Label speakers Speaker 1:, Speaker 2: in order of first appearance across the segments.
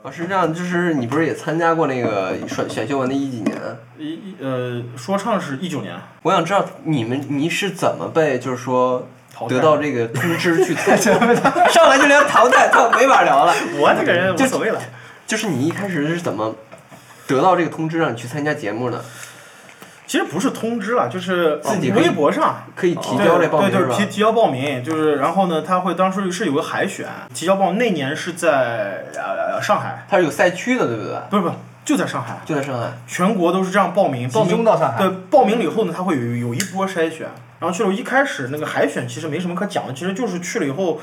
Speaker 1: 啊，实际上就是你不是也参加过那个选选秀文的一几年？
Speaker 2: 一一呃，说唱是一九年
Speaker 1: 我想知道你们你是怎么被就是说
Speaker 2: 淘汰
Speaker 1: 得到这个通知 去参
Speaker 2: 这
Speaker 1: 上来就聊淘汰，操，没法聊了。
Speaker 2: 我这个人无所谓了。
Speaker 1: 就是你一开始是怎么得到这个通知让你去参加节目呢？
Speaker 2: 其实不是通知了，就是
Speaker 1: 自己可以
Speaker 2: 微博上
Speaker 1: 可以提交来报名
Speaker 2: 哦对
Speaker 1: 是
Speaker 2: 对，
Speaker 1: 吧
Speaker 2: 提？提交报名，就是然后呢，他会当时是有个海选，提交报名那年是在呃上海，
Speaker 1: 它是有赛区的，对不对？
Speaker 2: 不是不是就在上海，
Speaker 1: 就在上海。
Speaker 2: 全国都是这样报名，报
Speaker 3: 集中
Speaker 2: 名
Speaker 3: 到上海
Speaker 2: 对，报名了以后呢，他会有有一波筛选，然后去了，一开始那个海选其实没什么可讲的，其实就是去了以后，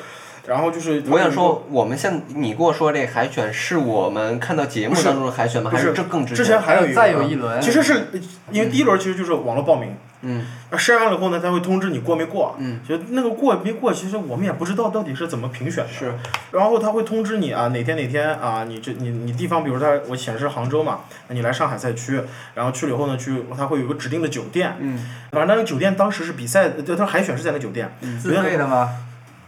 Speaker 2: 然后就是
Speaker 1: 我想说，我们现你跟我说这海选是我们看到节目当中的海选吗？
Speaker 2: 不
Speaker 1: 还
Speaker 2: 是
Speaker 1: 这更之
Speaker 2: 之前还有一个
Speaker 3: 再有一轮，
Speaker 2: 其实是因为第一轮其实就是网络报名，
Speaker 1: 嗯，
Speaker 2: 啊筛完了以后呢，他会通知你过没过，
Speaker 1: 嗯，
Speaker 2: 就那个过没过，其实我们也不知道到底是怎么评选的，
Speaker 1: 是，
Speaker 2: 然后他会通知你啊哪天哪天啊你这你你地方，比如他我显示杭州嘛，那你来上海赛区，然后去了以后呢，去他会有个指定的酒店，
Speaker 1: 嗯，
Speaker 2: 反正那个酒店当时是比赛，对，他海选是在那酒店，
Speaker 3: 自费的吗？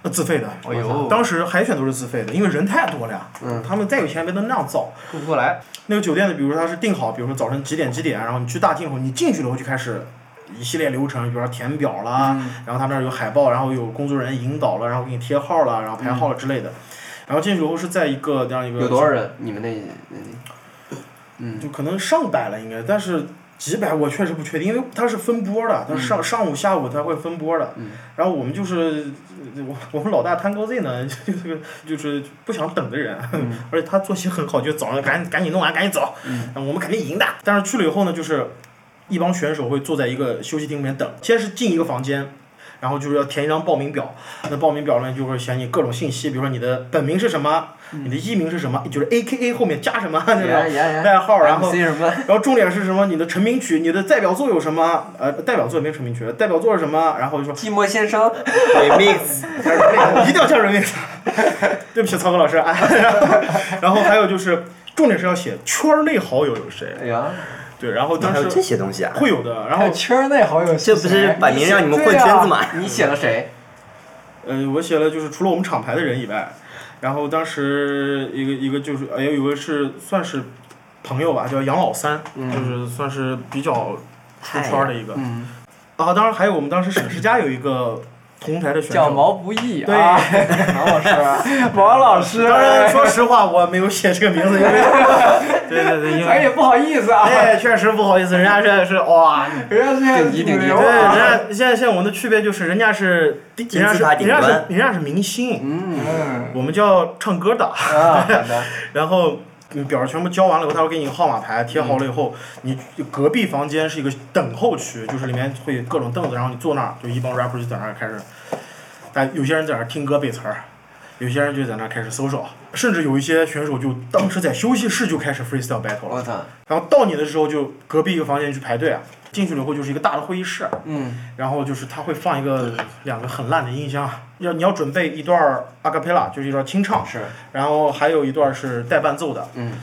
Speaker 2: 呃自费的，
Speaker 3: 哎呦，
Speaker 2: 当时海选都是自费的，因为人太多了呀，
Speaker 1: 嗯
Speaker 2: 他们再有钱也没能那样造，
Speaker 3: 顾不过来，
Speaker 2: 那个酒店的，比如说它是定好，比如说早晨几点几点，然后你去大厅以后，你进去了以后就开始一系列流程，比如说填表啦，
Speaker 3: 啊
Speaker 2: 然后他那儿有海报，然后有工作人员引导了，然后给你贴号了，然后排号了之类的。然后进去以后是在一个这样一个
Speaker 1: 嗯有多少人？你们那嗯
Speaker 2: 就可能上百了应该，但是几百我确实不确定，因为它是分波的，它上、上午下午它会分波的。
Speaker 1: 嗯
Speaker 2: 然后我们就是我我们老大摊高 Z 呢， 就是就是不想等的人， 而且他作息很好，就早上赶赶紧弄完赶紧走，
Speaker 1: 嗯
Speaker 2: 然后我们肯定赢的。但是去了以后呢，就是一帮选手会坐在一个休息厅里面等，先是进一个房间。然后就是要填一张报名表，那报名表呢就会写你各种信息，比如说你的本名是什么，
Speaker 1: 嗯
Speaker 2: 你的艺名是什么，就是 A K A 后面加什么 那种，
Speaker 1: 呀呀呀
Speaker 2: 代号，然后
Speaker 1: ，MC 什 么？
Speaker 2: 然后重点是什么？你的成名曲，你的代表作有什么？呃，代表作也没有成名曲，代表作是什么？然后就说
Speaker 1: 寂寞先生，
Speaker 3: remix，
Speaker 2: 一定要叫 remix。对不起，曹格老师 啊。然后，然后还有就是，重点是要写圈内好友有谁？
Speaker 1: 哎呀，
Speaker 2: 对，然后当
Speaker 4: 还有这
Speaker 2: 时
Speaker 4: 些东西啊？
Speaker 2: 会有的。然
Speaker 3: 还
Speaker 2: 后
Speaker 3: 有，圈内好友，
Speaker 4: 这不是摆明让你们混
Speaker 3: 啊
Speaker 4: 圈子吗？
Speaker 1: 你写了谁？
Speaker 2: 呃，我写了就是除了我们厂牌的人以外，然后当时一个一个就是，哎有一个是算是朋友吧，叫杨老三，就是算是比较出圈的一个。
Speaker 1: 嗯，
Speaker 2: 啊，当然还有我们当时沈世佳有一个同台的选
Speaker 3: 叫
Speaker 2: 手。
Speaker 3: 啊毛不易
Speaker 2: 对
Speaker 3: 啊， 毛老师，毛老师，
Speaker 2: 当然，说实话，我没有写这个名字， 因为对对对，因
Speaker 3: 咱
Speaker 4: 哎
Speaker 2: 为
Speaker 3: 也不好意思啊，
Speaker 2: 哎，确实不好意思，人家是是哇，
Speaker 4: 啊
Speaker 3: 人家是
Speaker 1: 顶级顶级
Speaker 3: 旅游
Speaker 2: 对，人
Speaker 3: 啊
Speaker 2: 家现在现在我们的区别就是，人家是人
Speaker 4: 金
Speaker 2: 家
Speaker 4: 字
Speaker 2: 是
Speaker 4: 塔
Speaker 2: 人
Speaker 4: 顶
Speaker 2: 家是
Speaker 4: 端
Speaker 2: 人家是明星，
Speaker 1: 嗯，
Speaker 3: 嗯
Speaker 2: 我们叫唱歌的，
Speaker 3: 啊，好的，
Speaker 2: 然后。你表全部交完了以后，他会给你号码牌贴好了以后，你隔壁房间是一个等候区，就是里面会有各种凳子，然后你坐那儿，就一帮 rapper 就在那儿开始，但有些人在那儿听歌背词儿，有些人就在那儿开始搜手，甚至有一些选手就当时在休息室就开始 freestyle battle 了
Speaker 1: 我。操，
Speaker 2: 然后到你的时候就隔壁一个房间去排队啊，进去了以后就是一个大的会议室，
Speaker 1: 嗯，
Speaker 2: 然后就是他会放一个两个很烂的音箱，要你要准备一段阿卡贝拉，就是一段清唱，
Speaker 1: 是，
Speaker 2: 然后还有一段是带伴奏的，
Speaker 1: 嗯，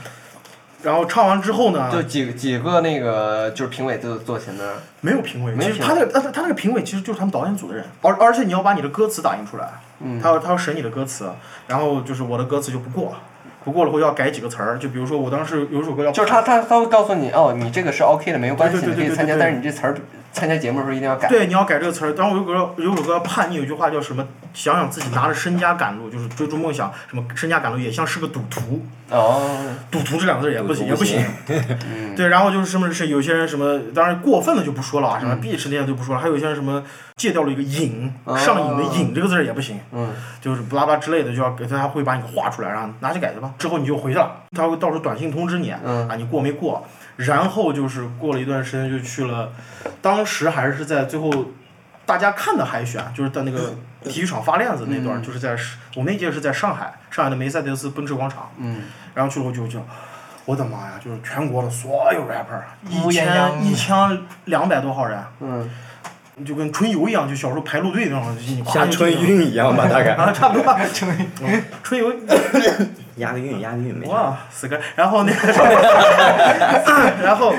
Speaker 2: 然后唱完之后
Speaker 1: 就
Speaker 2: 呢，
Speaker 1: 几几个那个就是评委就坐前面儿，
Speaker 2: 没有评委，
Speaker 1: 没
Speaker 2: 其
Speaker 1: 有
Speaker 2: 实他那个他他那个评委其实就是他们导演组的人，而而且你要把你的歌词打印出来，
Speaker 1: 嗯
Speaker 2: 他要他要审你的歌词，然后就是我的歌词就不过，不过了后要改几个词儿，就比如说我当时有一首歌叫
Speaker 1: 就是他他他会告诉你哦，你这个是 OK 的，没有关系，
Speaker 2: 对对
Speaker 1: 你可
Speaker 2: 对
Speaker 1: 以
Speaker 2: 对
Speaker 1: 参加，
Speaker 2: 对对
Speaker 1: 但是你这词儿参加节目的时候一定要改。
Speaker 2: 对，你要改这个词儿。当时我有首歌，有首歌叛逆，有句话叫什么？想想自己拿着身家赶路，就是追逐梦想，什么身家赶路也像是个赌徒。
Speaker 1: 哦，
Speaker 2: 赌徒这两个字也不行，也
Speaker 4: 赌徒不
Speaker 2: 不
Speaker 4: 行
Speaker 2: 行。
Speaker 1: 嗯
Speaker 2: 对，然后就是什么是有些人什么，当然过分的就不说了啊，什么 bitch 那些就不说了，还有一些人什么戒掉了一个瘾，
Speaker 1: 嗯哦
Speaker 2: 上瘾的瘾这个字儿也不行。
Speaker 1: 嗯，
Speaker 2: 就是巴拉巴拉之类的，就要给他会把你画出来，然后拿去改去吧。之后你就回去了，他会到时候短信通知你，
Speaker 1: 嗯
Speaker 2: 啊，你过没过？然后就是过了一段时间就去了，当时还是在最后大家看的海选，啊就是在那个体育场发链子那
Speaker 1: 嗯
Speaker 2: 段，就是在我们那届是在上海，上海的梅赛德斯奔驰广场，
Speaker 1: 嗯，
Speaker 2: 然后去了我就就。我的妈呀！就是全国的所有 rapper，一啊
Speaker 3: 乌泱泱
Speaker 2: 千一千两百多号人，
Speaker 1: 嗯，
Speaker 2: 就跟春游一样，就小时候排路队那种，你夸
Speaker 3: 啊
Speaker 4: 像
Speaker 2: 就
Speaker 4: 春
Speaker 2: 进去了
Speaker 4: 运一样吧，大概。
Speaker 2: 啊，差不多。春游
Speaker 4: 押个韵，押个韵没 事。
Speaker 2: 哇，死个，然后那个，然后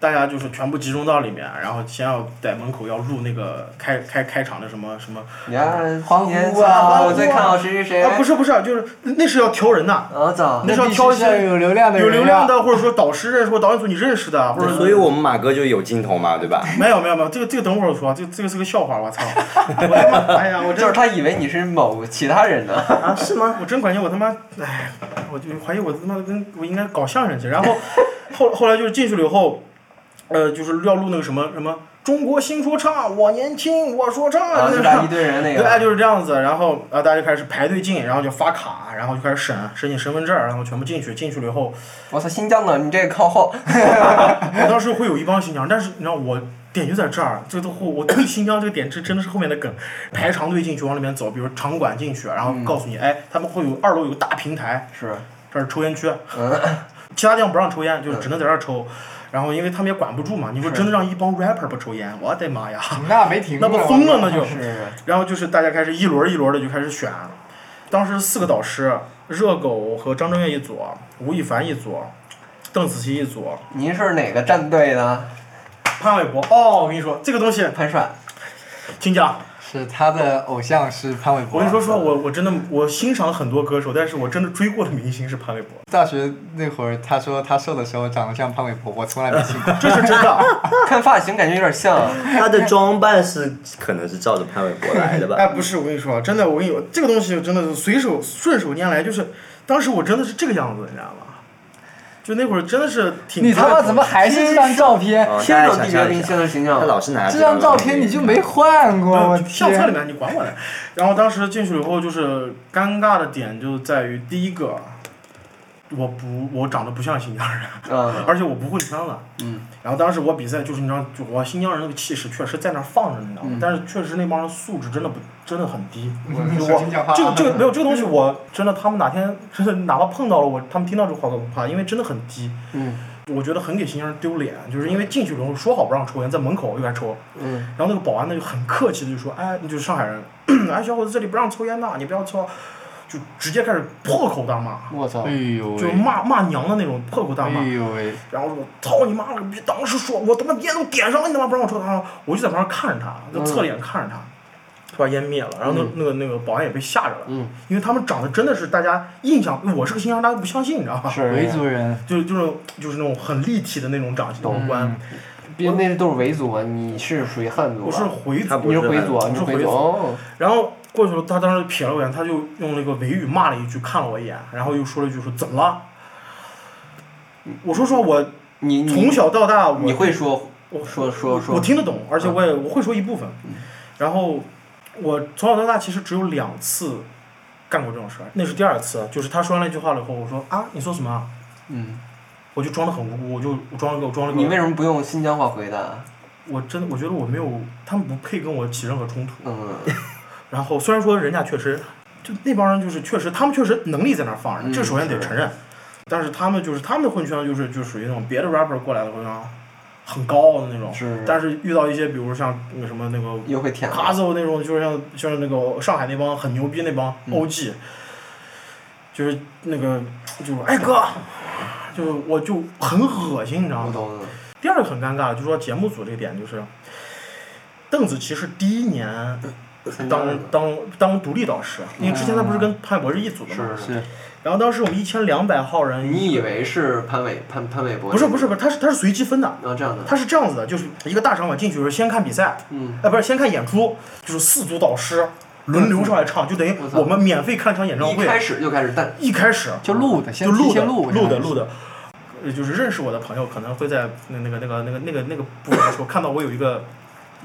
Speaker 2: 大家就是全部集中到里面，然后先要在门口要录那个开开开场的什么什么，
Speaker 1: 你看，
Speaker 3: 欢
Speaker 1: 今年
Speaker 3: 呼啊
Speaker 1: 我最看好谁谁谁，
Speaker 2: 啊不是不是，就是那那是要挑人的，
Speaker 1: 我操，
Speaker 2: 那是要挑一
Speaker 3: 那必须
Speaker 2: 些
Speaker 3: 是有流量的
Speaker 2: 有
Speaker 3: 人啊
Speaker 2: 流量
Speaker 3: 呀
Speaker 2: 的，或者说导师认识或导演组你认识的，或者
Speaker 4: 所以我们马哥就有镜头嘛，对吧？
Speaker 2: 没有没有没有，这个这个等会儿说，啊这个这个是个笑话，我操！我他妈，哎呀，我
Speaker 1: 就
Speaker 2: 真
Speaker 1: 是他以为你是某其他人 呢，
Speaker 2: 啊是吗？我真感觉我他妈，哎，我就怀疑我他妈跟我应该搞相声去。然后 后后来就是进去了以后，呃，就是要录那个什么什么中国新说唱，我年轻我说唱，
Speaker 1: 然后
Speaker 2: 就
Speaker 1: 就是 把一堆人那
Speaker 2: 对，哎，
Speaker 1: 个，
Speaker 2: 就是这样子。然后啊，大家就开始排队进，然后就发卡，然后就开始审申请身份证，然后全部进去。进去了以后，
Speaker 1: 我操，新疆的，你这个靠后，
Speaker 2: 我当时会有一帮新疆，但是你知道我点就在这儿，这个都后我对新疆这个点这真的是后面的梗，排长队进去往里面走，比如场馆进去，然后告诉你，哎，他们会有二楼有个大平台，
Speaker 1: 是，
Speaker 2: 这是抽烟区，
Speaker 1: 嗯，
Speaker 2: 其他地方不让抽烟，就是只能在这儿抽。然后因为他们也管不住嘛，你说
Speaker 1: 是，
Speaker 2: 真的让一帮 rapper 不抽烟，我的妈呀！
Speaker 3: 那没停过，啊
Speaker 2: 那不疯了那就是然后就是大家开始一轮一轮的就开始选，当时四个导师，热狗和张震岳一组，吴亦凡一组，邓紫棋一组，
Speaker 1: 您是哪个战队的？
Speaker 2: 潘玮柏。哦，我跟你说这个东西，
Speaker 1: 潘帅，
Speaker 2: 请讲。
Speaker 3: 是他的偶像是潘玮
Speaker 2: 我
Speaker 3: 柏。
Speaker 2: 跟你 说实话，我我真的我欣赏很多歌手，但是我真的追过的明星是潘 玮柏，
Speaker 3: 大学那会儿，他说他瘦的时候长得像潘玮柏，我从来没信过。
Speaker 2: 这是真的。啊
Speaker 1: 看发型感觉有点像，
Speaker 4: 他的装扮是可能是照着潘玮柏来的 吧？
Speaker 2: 哎，不是，我跟你说，真的，我跟你说，这个东西真的是随手顺手拈来，就是当时我真的是这个样子，你知道吗？就那会儿真的是挺……
Speaker 3: 你他妈怎么还是这张照片？
Speaker 4: 哦
Speaker 1: 天
Speaker 4: 大家
Speaker 1: 种啊
Speaker 4: 想
Speaker 1: 地球
Speaker 4: 象一
Speaker 1: 明
Speaker 4: 下，
Speaker 1: 星的形象
Speaker 4: 他，老是拿
Speaker 3: 这张照片你就没换过，我
Speaker 2: 呃相册里
Speaker 3: 天！
Speaker 2: 面你管我呢？然后当时进去以后，就是尴尬的点就在于第一个，我不我长得不像新疆人，
Speaker 1: 嗯，
Speaker 2: 而且我不会穿了。
Speaker 1: 嗯。
Speaker 2: 然后当时我比赛就是你知道，就我新疆人那个气势确实在那儿放着，你知道吗？
Speaker 1: 嗯
Speaker 2: 但是确实那帮人素质真的不真的很低。
Speaker 3: 嗯
Speaker 2: 就
Speaker 3: 小心讲话
Speaker 2: 我这个这个没有这个东西，我真的他们哪天真的哪怕碰到了我，他们听到这话都不怕，因为真的很低。
Speaker 1: 嗯
Speaker 2: 我觉得很给新疆人丢脸，就是因为进去了以后说好不让抽烟，在门口就该抽，
Speaker 1: 嗯，
Speaker 2: 然后那个保安呢就很客气的就说，哎，你就是上海人， 哎小伙子这里不让抽烟呐，你不要抽，就直接开始破口大骂，
Speaker 1: 我操
Speaker 3: 哎，呦
Speaker 2: 就
Speaker 3: 喂！
Speaker 2: 骂骂娘的那种破口大骂
Speaker 3: 哎。呦喂！
Speaker 2: 然后说：“操你妈了个逼！”当时说：“我他妈烟都点上了，你他妈不让我抽！”他说：“我就在旁边看着他，就侧
Speaker 1: 嗯
Speaker 2: 脸看着他，他把烟灭了。”然后那、那个那个保安也被吓着了，
Speaker 1: 嗯
Speaker 2: 因为他们长得真的是大家印象，我是个新疆人，大家不相信，你知道吧？
Speaker 1: 是
Speaker 3: 维族人，
Speaker 2: 就就是就是那种很立体的那种长
Speaker 1: 懂嗯
Speaker 2: 五官。
Speaker 1: 别那都是维族啊，你是属于汉族
Speaker 2: 我是
Speaker 1: 吧？
Speaker 2: 回
Speaker 4: 他
Speaker 2: 族，
Speaker 4: 不
Speaker 1: 你是回族啊，
Speaker 2: 我
Speaker 1: 你
Speaker 2: 是回
Speaker 1: 回
Speaker 2: 族
Speaker 1: 族，哦
Speaker 2: 然后过去了，他当时瞥了我一眼，他就用那个维语骂了一句，看了我一眼，然后又说了一句说：“怎么了？”我说实话，我
Speaker 1: 你
Speaker 2: 从
Speaker 1: 你
Speaker 2: 小到大，我
Speaker 1: 你会说
Speaker 2: 我
Speaker 1: 说
Speaker 2: 我
Speaker 1: 说啊
Speaker 2: 我
Speaker 1: 说，
Speaker 2: 听得懂，而且我也我会说一部分。然后我从小到大其实只有两次干过这种事儿，那是第二次，啊就是他说完那句话了以后，我说啊，你说什么啊？
Speaker 1: 嗯，
Speaker 2: 我就装的很无辜，我就我装了个我装了个，
Speaker 1: 你为什么不用新疆话回答？
Speaker 2: 我真的我觉得我没有，他们不配跟我起任何冲突。
Speaker 1: 嗯，
Speaker 2: 然后虽然说人家确实，就那帮人就是确实，他们确实能力在那儿放着，
Speaker 1: 嗯
Speaker 2: 这首先得
Speaker 1: 是
Speaker 2: 承认。但是他们就是他们的混圈就是就属于那种别的 rapper 过来的混圈，很高傲的那种。
Speaker 1: 是，
Speaker 2: 但是遇到一些比如像那个什么那个
Speaker 1: 又会舔了，
Speaker 2: 卡走那种，就是像就是那个上海那帮很牛逼那帮
Speaker 1: 嗯
Speaker 2: OG，、就是那个就是哎哥，就是我就很恶心，你知道
Speaker 1: 我
Speaker 2: 吗？
Speaker 1: 懂了，
Speaker 2: 第二个很尴尬，就是说节目组这个点就是，邓紫棋是第一年
Speaker 1: 嗯参加
Speaker 2: 当
Speaker 1: 了
Speaker 2: 当当独立导师，因为之前她不是跟潘玮柏是一组的嘛。
Speaker 1: 嗯是
Speaker 3: 是
Speaker 2: 然后当时我们一千两百号人，
Speaker 1: 你以为是潘玮潘潘玮柏？
Speaker 2: 不是不是不是，他是他是随机分的，
Speaker 1: 然后这样的，
Speaker 2: 他是这样子的，就是一个大场馆进去的时候先看比赛，
Speaker 1: 嗯，
Speaker 2: 哎，不是，先看演出，就是四组导师轮流上来唱，就等于
Speaker 1: 我操
Speaker 2: 我们免费看一场演唱
Speaker 1: 一开
Speaker 2: 会。
Speaker 1: 始就开始，但
Speaker 2: 一开始
Speaker 3: 就录的，先
Speaker 2: 就录
Speaker 3: 提
Speaker 2: 的，
Speaker 3: 前录
Speaker 2: 录的，录
Speaker 3: 的。
Speaker 2: 的。呃就是认识我的朋友可能会在那那个那个那个那个那个部分的时候看到我有一个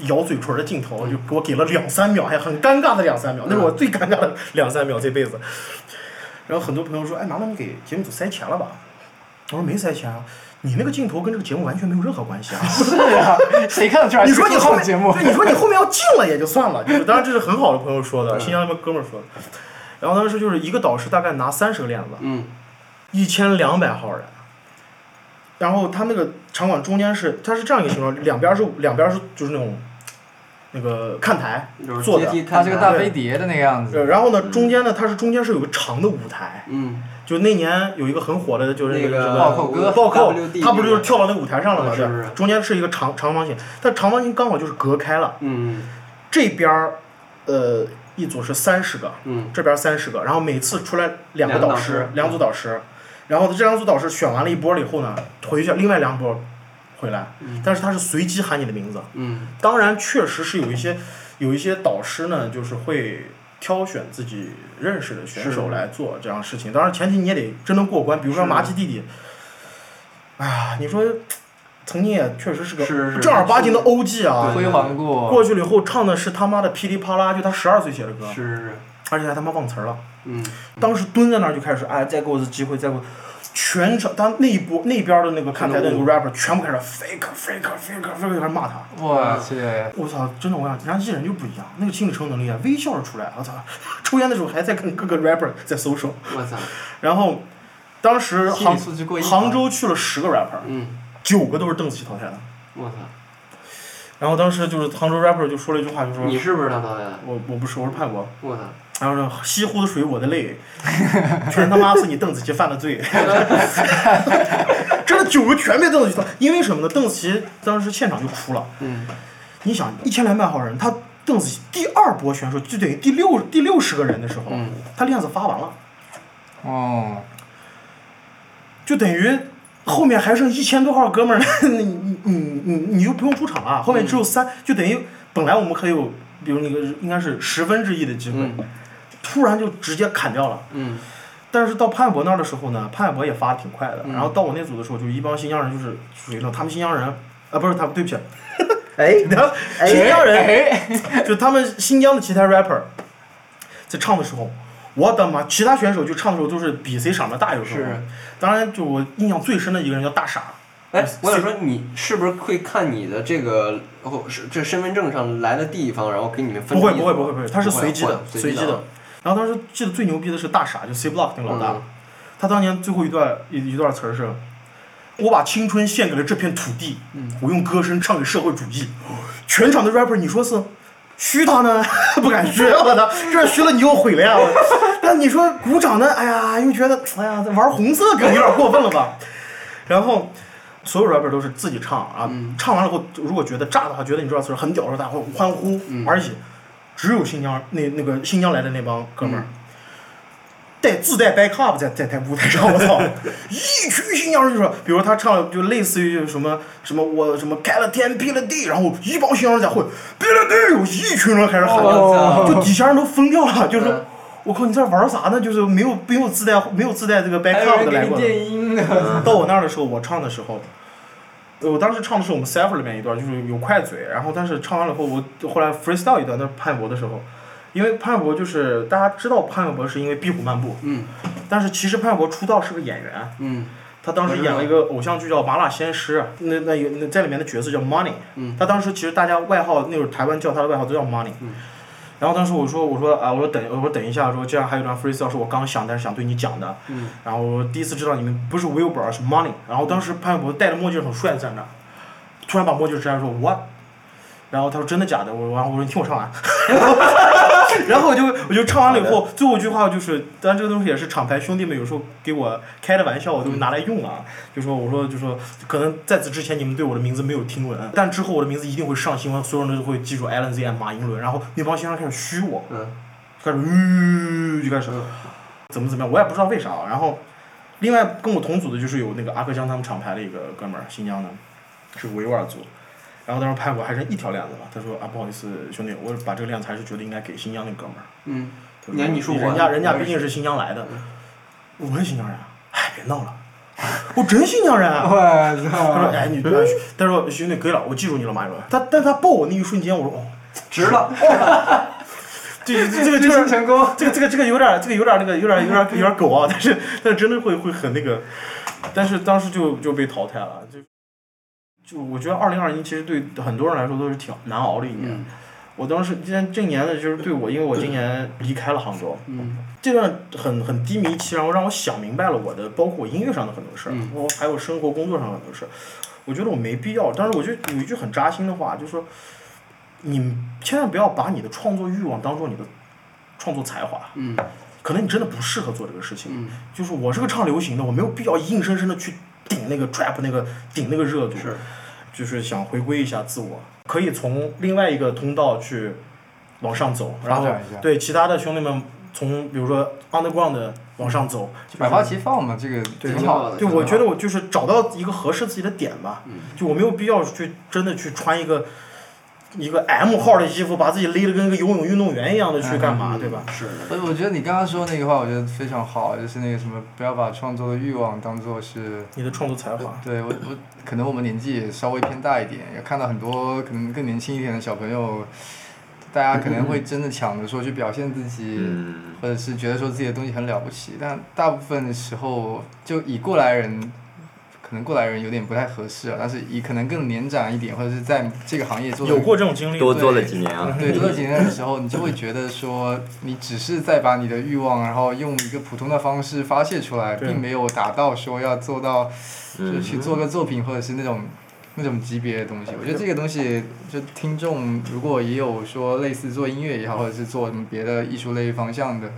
Speaker 2: 咬嘴唇的镜头，就给我给了两三秒，还很尴尬的两三秒，那是我最尴尬的两三秒这辈子。然后很多朋友说：“哎，麻烦你给节目组塞钱了吧？”我说：“没塞钱啊，你那个镜头跟这个节目完全没有任何关系啊。”
Speaker 3: 是啊，谁看得出来？
Speaker 2: 你说你后面
Speaker 3: 节目
Speaker 2: 对，你说你后面要进了也就算了，就是当然这是很好的朋友说的，新疆那边哥们儿说的。然后当时就是一个导师大概拿三十个链子，
Speaker 1: 嗯，
Speaker 2: 一千两百号人。然后他那个场馆中间是，它是这样一个形状，两边是两边是就是那种那个看台
Speaker 1: 就是
Speaker 2: 做
Speaker 1: 阶
Speaker 2: 的。
Speaker 1: 梯
Speaker 3: 它
Speaker 1: 看
Speaker 3: 是个
Speaker 1: 台
Speaker 3: 大飞碟的那个样
Speaker 2: 呃
Speaker 3: 子，
Speaker 2: 然后呢，中间呢，它是中间是有个长的舞台，
Speaker 1: 嗯，
Speaker 2: 就那年有一个很火的，就是
Speaker 1: 那
Speaker 2: 个
Speaker 1: 个
Speaker 3: 暴扣哥
Speaker 2: 暴扣
Speaker 1: WD，
Speaker 2: 他不是就是跳到那个舞台上了吗？
Speaker 1: 嗯
Speaker 2: 对
Speaker 1: 是是
Speaker 2: 吧，中间是一个长长方形，但长方形刚好就是隔开了，
Speaker 1: 嗯
Speaker 2: 这边儿呃一组是三十个，
Speaker 1: 嗯
Speaker 2: 这边三十个，然后每次出来两
Speaker 1: 两个
Speaker 2: 个导
Speaker 1: 导
Speaker 2: 师
Speaker 1: 师，
Speaker 2: 两组导师，然后这两组导师选完了一波了以后呢，回去另外两波回来，但是他是随机喊你的名字，
Speaker 1: 嗯
Speaker 2: 当然确实是有一些有一些导师呢，就是会挑选自己认识的选手
Speaker 1: 是
Speaker 2: 来做这样的事情，当然前提你也得真能过关，比如说
Speaker 1: 是
Speaker 2: 麻吉弟弟，哎呀，你说曾经也确实是个
Speaker 1: 是是
Speaker 2: 正儿八经的 OG 啊，
Speaker 1: 对
Speaker 3: 辉煌过，
Speaker 2: 过去了以后唱的是他妈的噼里啪啦，就他十二岁写的歌，
Speaker 1: 是是是，
Speaker 2: 而且还他妈忘词儿了。
Speaker 1: 嗯
Speaker 2: 当时蹲在那儿就开始，哎，再给我次机会，再给我。全场，他那一波那边的那个看台的那个 rapper 全部开始 fake fake fake fake 开始骂他。
Speaker 3: 我去，
Speaker 2: 我操，真的我想，人家艺人就不一样，那个心理承受能力啊，微笑着出来。我操， 抽烟的时候还在跟各个 rapper 在 social。
Speaker 1: 我操，
Speaker 2: 然后，当时
Speaker 3: 心理啊
Speaker 2: 杭
Speaker 3: 素质过硬，
Speaker 2: 杭州去了十个 rapper，
Speaker 1: 嗯
Speaker 2: 九个都是邓紫棋淘汰的。
Speaker 1: 我操，
Speaker 2: 然后当时就是杭州 rapper 就说了一句话，就说
Speaker 1: 你是不是他导演的？
Speaker 2: 我我不是我是叛国，
Speaker 1: 我操，
Speaker 2: 然后说西湖的水我的泪， 全他妈是你邓紫棋犯的罪。 真的九个全被邓紫棋，因为什么呢？邓紫棋当时现场就哭了。
Speaker 1: 嗯
Speaker 2: 你想，一千两百号人，他邓紫棋第二波选手就等于第六第六十个人的时候，
Speaker 1: 嗯
Speaker 2: 他链子发完了，
Speaker 3: 哦，
Speaker 2: 就等于后面还剩一千多号哥们儿， 你你你你你就不用出场了，后面
Speaker 1: 嗯
Speaker 2: 只有三，就等于本来我们可以有，比如那个应该是十分之一的机会，
Speaker 1: 嗯
Speaker 2: 突然就直接砍掉了。
Speaker 1: 嗯
Speaker 2: 但是到潘玮柏那儿的时候呢，潘玮柏也发的挺快的。
Speaker 1: 嗯
Speaker 2: 然后到我那组的时候，就是一帮新疆人，就是属于那种他们新疆人，啊、不是他们，对不起，
Speaker 4: 哎，
Speaker 2: 新疆人，
Speaker 3: 哎，
Speaker 2: 就他们新疆的其他 rapper 在唱的时候，我的妈，其他选手就唱的时候都是比谁嗓门大，有时候
Speaker 1: 是。
Speaker 2: 当然，就我印象最深的一个人叫大傻，
Speaker 1: 哎，我想说，你是不是会看你的这个哦，是这身份证上来的地方，然后给你们分
Speaker 2: 不会
Speaker 1: 地
Speaker 2: 不会不会不会，他是
Speaker 1: 不会
Speaker 2: 随机的
Speaker 1: 不会
Speaker 2: 随
Speaker 1: 随
Speaker 2: 机
Speaker 1: 机的啊
Speaker 2: 的。然后当时记得最牛逼的是大傻，就 C Block 那个老大
Speaker 1: 嗯，
Speaker 2: 他当年最后一段一一段词儿是：“我把青春献给了这片土地，
Speaker 1: 嗯
Speaker 2: 我用歌声唱给社会主义。”全场的 rapper 你说是虚他呢？ 不敢虚，我操，这虚了你又毁了呀！我 但你说鼓掌呢？哎呀，又觉得哎呀，玩红色梗有点过分了吧？然后。所有 rapper 都是自己唱啊，唱完了后，如果觉得炸的话，觉得你这段词儿很屌的时候，大家会欢呼而已。只有新疆那那个新疆来的那帮哥们儿，带自带 backup 在在在舞台上，我操，一群新疆人就说，比如他唱了就类似于什么什么我什么开了天劈了地，然后一帮新疆人在混劈了地，有一群人开始喊，
Speaker 1: 哦
Speaker 2: 就底下人都疯掉了，就是说
Speaker 1: 嗯
Speaker 2: 我靠你在玩啥呢？就是没有没有自带没有自带这个
Speaker 3: 还有
Speaker 2: backup
Speaker 3: 人
Speaker 2: 的来
Speaker 3: 给你
Speaker 2: 过。
Speaker 3: 电音呢，
Speaker 2: 到我那儿的时候，我唱的时候，呃我当时唱的是我们 c y p h e r 里面一段，就是有快嘴，然后但是唱完了以后，我后来 freestyle 一段，那是潘玮柏的时候，因为潘玮柏就是大家知道潘玮柏是因为《壁虎漫步》，
Speaker 1: 嗯
Speaker 2: 但是其实潘玮柏出道是个演员，
Speaker 1: 嗯
Speaker 2: 他当时演了一个偶像剧叫《麻辣鲜师》，啊那那有那在里面的角色叫 Money，、
Speaker 1: 嗯
Speaker 2: 他当时其实大家外号那会儿台湾叫他的外号都叫 Money，、
Speaker 1: 嗯
Speaker 2: 然后当时我说我说啊我说等我说等一下说这样还有一段 freestyle 是我刚想但是想对你讲的，
Speaker 1: 嗯
Speaker 2: 然后我说第一次知道你们不是 Wilbur 而是 Money，然后当时潘玮柏戴着墨镜很帅在那儿，突然把墨镜摘了说 What，然后他说真的假的，我然后我说你听我唱完，然后我就我就唱完了以后，最后一句话就是，当然这个东西也是厂牌兄弟们有时候给我开的玩笑，我就拿来用啊。就说我说就说，可能在此之前你们对我的名字没有听闻，但之后我的名字一定会上新闻，所有人都会记住 Alan Z M 马英伦，然后那帮先生开始虚我，
Speaker 1: 嗯
Speaker 2: 开始吁、就开始
Speaker 1: 嗯
Speaker 2: 怎么怎么样，我也不知道为啥。啊然后另外跟我同组的就是有那个阿克江他们厂牌的一个哥们儿，新疆的，是维吾尔族。然后当时拍我还剩一条链子了，他说啊不好意思兄弟，我把这个链子还是觉得应该给新疆那哥们儿。
Speaker 1: 嗯，
Speaker 2: 对不
Speaker 1: 那
Speaker 2: 对
Speaker 1: 你说我
Speaker 2: 人家
Speaker 1: 呢
Speaker 2: 人家
Speaker 1: 我
Speaker 2: 毕
Speaker 1: 也
Speaker 2: 竟是新疆来的，我是新疆人啊，哎，别闹了，我真新疆人啊。
Speaker 3: 我
Speaker 2: 他说：“
Speaker 3: 操，
Speaker 2: 哎，你，他说兄弟可以了，我记住你了，马云。他，但他抱我那一瞬间，我说哦，
Speaker 1: 值了，
Speaker 2: 这这这个就
Speaker 3: 执行
Speaker 2: 是
Speaker 3: 成功，
Speaker 2: 这个这个这个有点这个有点那个有点有点有点狗啊，但 是但是真的会会很那个，但是当时就就被淘汰了，就就我觉得二零二一其实对很多人来说都是挺难熬的一年。
Speaker 1: 嗯
Speaker 2: 我当时今年这年呢，就是对我，因为我今年离开了杭州，
Speaker 1: 嗯
Speaker 2: 这段很很低迷期，然后让我想明白了我的，包括我音乐上的很多事儿，
Speaker 1: 嗯
Speaker 2: 包括还有生活工作上的很多事儿。我觉得我没必要，但是我就有一句很扎心的话，就是说，你千万不要把你的创作欲望当做你的创作才华，
Speaker 1: 嗯
Speaker 2: 可能你真的不适合做这个事情。
Speaker 1: 嗯，
Speaker 2: 就是我是个唱流行的，我没有必要硬生生的去顶那个 trap 那个顶那个热度，
Speaker 1: 是，
Speaker 2: 就是想回归一下自我，可以从另外一个通道去往上走，然后
Speaker 3: 发展一下
Speaker 2: 对其他的兄弟们从比如说 underground 往上走，
Speaker 3: 就百花齐放嘛，这个
Speaker 2: 对
Speaker 3: 挺好
Speaker 1: 挺好的
Speaker 3: 的。
Speaker 2: 对，
Speaker 1: 嗯
Speaker 2: 我觉得我就是找到一个合适自己的点吧，
Speaker 1: 嗯
Speaker 2: 就我没有必要去真的去穿一个一个 M 号的衣服，把自己勒得跟个游泳运动员一样的去干
Speaker 3: 嗯
Speaker 2: 嘛，对吧？？
Speaker 1: 嗯是，
Speaker 3: 我我觉得你刚刚说那个话，我觉得非常好，就是那个什么，不要把创作的欲望当做是。
Speaker 2: 你的创作才华，
Speaker 3: 对我我可能我们年纪也稍微偏大一点，也看到很多可能更年轻一点的小朋友，大家可能会真的抢着说去表现自己，
Speaker 4: 嗯，
Speaker 3: 或者是觉得说自己的东西很了不起，但大部分的时候，就以过来人，可能过来人有点不太合适啊，但是以可能更年长一点，或者是在这个行业做得
Speaker 2: 有过这种经历吗，
Speaker 3: 对
Speaker 4: 多做了几年 啊，
Speaker 3: 对，多了几年的时候，你就会觉得说，你只是在把你的欲望，然后用一个普通的方式发泄出来，
Speaker 2: 对
Speaker 3: 并没有达到说要做到，就是
Speaker 4: 嗯，
Speaker 3: 去做个作品或者是那种那种级别的东西。我觉得这个东西，就听众如果也有说类似做音乐也好，或者是做什么别的艺术类方向的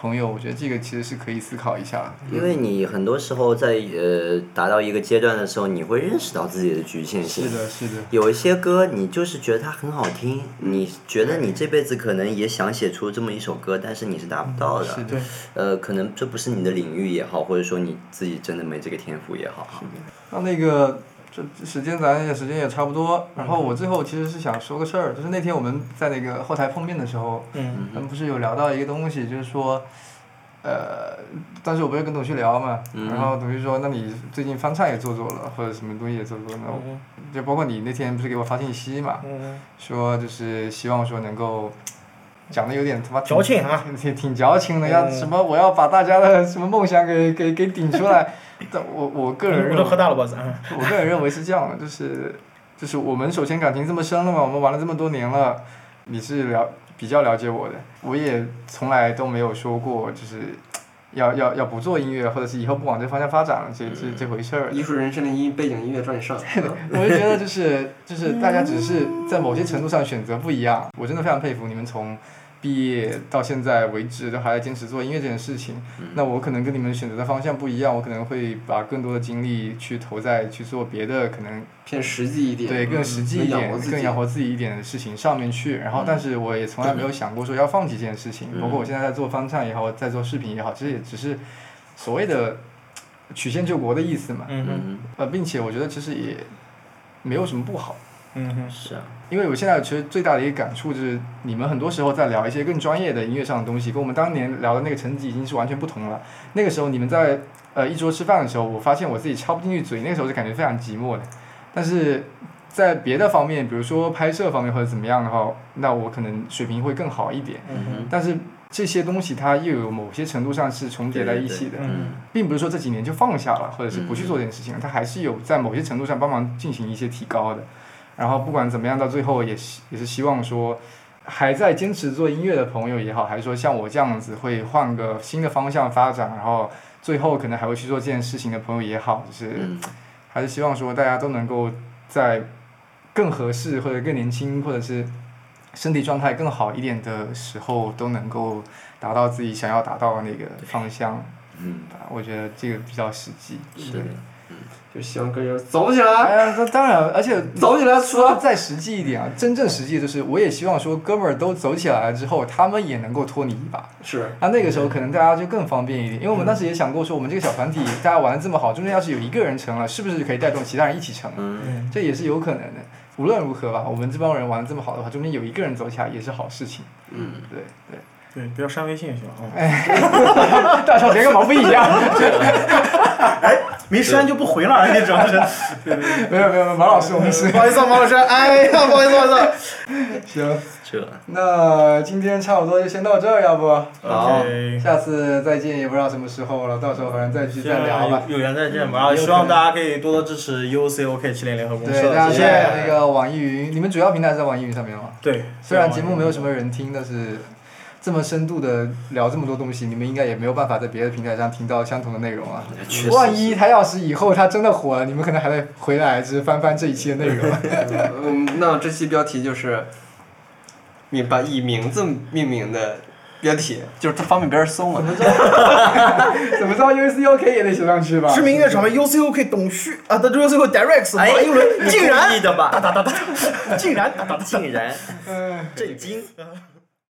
Speaker 3: 朋友，我觉得这个其实是可以思考一下。
Speaker 4: 因为你很多时候在呃达到一个阶段的时候，你会认识到自己的局限性
Speaker 3: 是。的，是的，
Speaker 4: 有一些歌，你就是觉得它很好听，你觉得你这辈子可能也想写出这么一首歌，但是你是达不到的。
Speaker 3: 是的
Speaker 2: 对。
Speaker 4: 呃，可能这不是你的领域也好，或者说你自己真的没这个天赋也好。
Speaker 3: 那那个，这这时间咱也时间也差不多。然后我最后其实是想说个事儿，就是那天我们在那个后台碰面的时候，
Speaker 2: 嗯，
Speaker 3: 咱们不是有聊到一个东西，就是说，呃，当时我不是跟董旭聊嘛，然后董旭说，那你最近翻唱也做做了，或者什么东西也做做了，那我
Speaker 2: 嗯
Speaker 3: 就包括你那天不是给我发信息嘛，
Speaker 2: 嗯，
Speaker 3: 说就是希望说能够。讲的有点他妈挺
Speaker 2: 矫情啊，嗯
Speaker 3: 挺挺矫情的，要什么我要把大家的什么梦想给给给顶出来， 但我我个人认
Speaker 2: 我都
Speaker 3: 为
Speaker 2: 喝大了吧？咱
Speaker 3: 我个人认为是这样的，就是就是我们首先感情这么深了嘛，我们玩了这么多年了，你是了比较了解我的，我也从来都没有说过就是要要要不做音乐，或者是以后不往这方向发展了这这这回事儿。
Speaker 1: 艺术人生的音背景音乐转上，
Speaker 3: 我就觉得就是就是大家只是在某些程度上选择不一样，我真的非常佩服你们从。毕业到现在为止，都还在坚持做音乐这件事情。那我可能跟你们选择的方向不一样，我可能会把更多的精力去投在去做别的，可能
Speaker 1: 偏实际一点，嗯
Speaker 3: 对，更实际
Speaker 1: 能
Speaker 3: 一
Speaker 1: 养
Speaker 3: 点
Speaker 1: 活，自己嗯
Speaker 3: 更养活自己一点的事情上面去。然后，但是我也从来没有想过说要放弃这件事情。包括我现在在做翻唱也好，在做视频也好，其实也只是所谓的曲线救国的意思嘛。
Speaker 2: 嗯哼，
Speaker 4: 嗯，
Speaker 3: 呃，并且我觉得其实也没有什么不好，
Speaker 2: 嗯哼，
Speaker 4: 是啊，
Speaker 3: 因为我现在其实最大的一个感触就是，你们很多时候在聊一些更专业的音乐上的东西，跟我们当年聊的那个层级已经是完全不同了。那个时候你们在呃一桌吃饭的时候，我发现我自己插不进去嘴，那个时候就感觉非常寂寞的。但是在别的方面，比如说拍摄方面或者怎么样的话，那我可能水平会更好一点。
Speaker 2: 嗯哼，
Speaker 3: 但是这些东西它又有某些程度上是重叠在一起的，
Speaker 2: 嗯
Speaker 3: 并不是说这几年就放下了，或者是不去做这件事情了，它还是有在某些程度上帮忙进行一些提高的。然后不管怎么样，到最后也希也是希望说，还在坚持做音乐的朋友也好，还是说像我这样子会换个新的方向发展，然后最后可能还会去做这件事情的朋友也好，就是
Speaker 4: 嗯
Speaker 3: 还是希望说大家都能够在更合适或者更年轻或者是身体状态更好一点的时候，都能够达到自己想要达到的那个方向。
Speaker 4: 嗯，
Speaker 3: 吧，我觉得这个比较实际。
Speaker 4: 是
Speaker 3: 对
Speaker 4: 的，
Speaker 1: 就希望歌友走起来，
Speaker 3: 哎呀，那当然，而且
Speaker 1: 走起来，
Speaker 3: 说
Speaker 1: 说
Speaker 3: 再实际一点啊，真正实际就是，我也希望说哥们儿都走起来了之后，他们也能够拖你一把。
Speaker 1: 是
Speaker 3: 那那个时候可能大家就更方便一点，因为我
Speaker 2: 嗯
Speaker 3: 们当时也想过说，我们这个小团体大家玩的这么好，中间要是有一个人成了，是不是就可以带动其他人一起成？
Speaker 4: 嗯，
Speaker 2: 嗯
Speaker 3: 这也是有可能的。无论如何吧，我们这帮人玩的这么好的话，中间有一个人走起来也是好事情。
Speaker 1: 嗯，
Speaker 3: 对对。
Speaker 2: 对，不要删微信行啊。
Speaker 3: 大少连个毛不一样。
Speaker 2: 没删就不回了，你主 要是。
Speaker 3: 没有没有，没有马老师，我们是
Speaker 2: 不好意思啊，马老师，哎呀，不好意思，不好意思。
Speaker 3: 行。
Speaker 4: 这
Speaker 3: 那今天差不多就先到这儿，要不？
Speaker 4: 好
Speaker 2: OK，
Speaker 3: 下次再见也不知道什么时候了，到时候反正再去再聊吧。嗯
Speaker 2: 有有缘再见吧，希望大家可以多多支持 UCOK 七零联合公
Speaker 3: 对，大
Speaker 2: 社，
Speaker 3: 家
Speaker 2: 谢
Speaker 3: 在那
Speaker 2: 谢。
Speaker 3: 个网易云，你们主要平台是在网易云上面吗？
Speaker 2: 对，
Speaker 3: 虽然节目没有什么人听，但是这么深度的聊这么多东西，你们应该也没有办法在别的平台上听到相同的内容啊。
Speaker 4: 确实
Speaker 3: 万一他要是以后他真的火了，你们可能还得回来，就是翻翻这一期的内容。
Speaker 1: 嗯，那这期标题就是命把以名字命名的标题，就是它方便别人搜嘛。
Speaker 3: 怎么着 U C U K 也得写上去吧？
Speaker 2: 知名音乐厂牌 UCOK 董旭啊，对 UCOK Direct
Speaker 4: 哎
Speaker 2: 王一伦，竟
Speaker 4: 故
Speaker 2: 然
Speaker 4: 意的吧？
Speaker 2: 竟然
Speaker 4: 竟然
Speaker 3: 嗯，
Speaker 4: 震惊！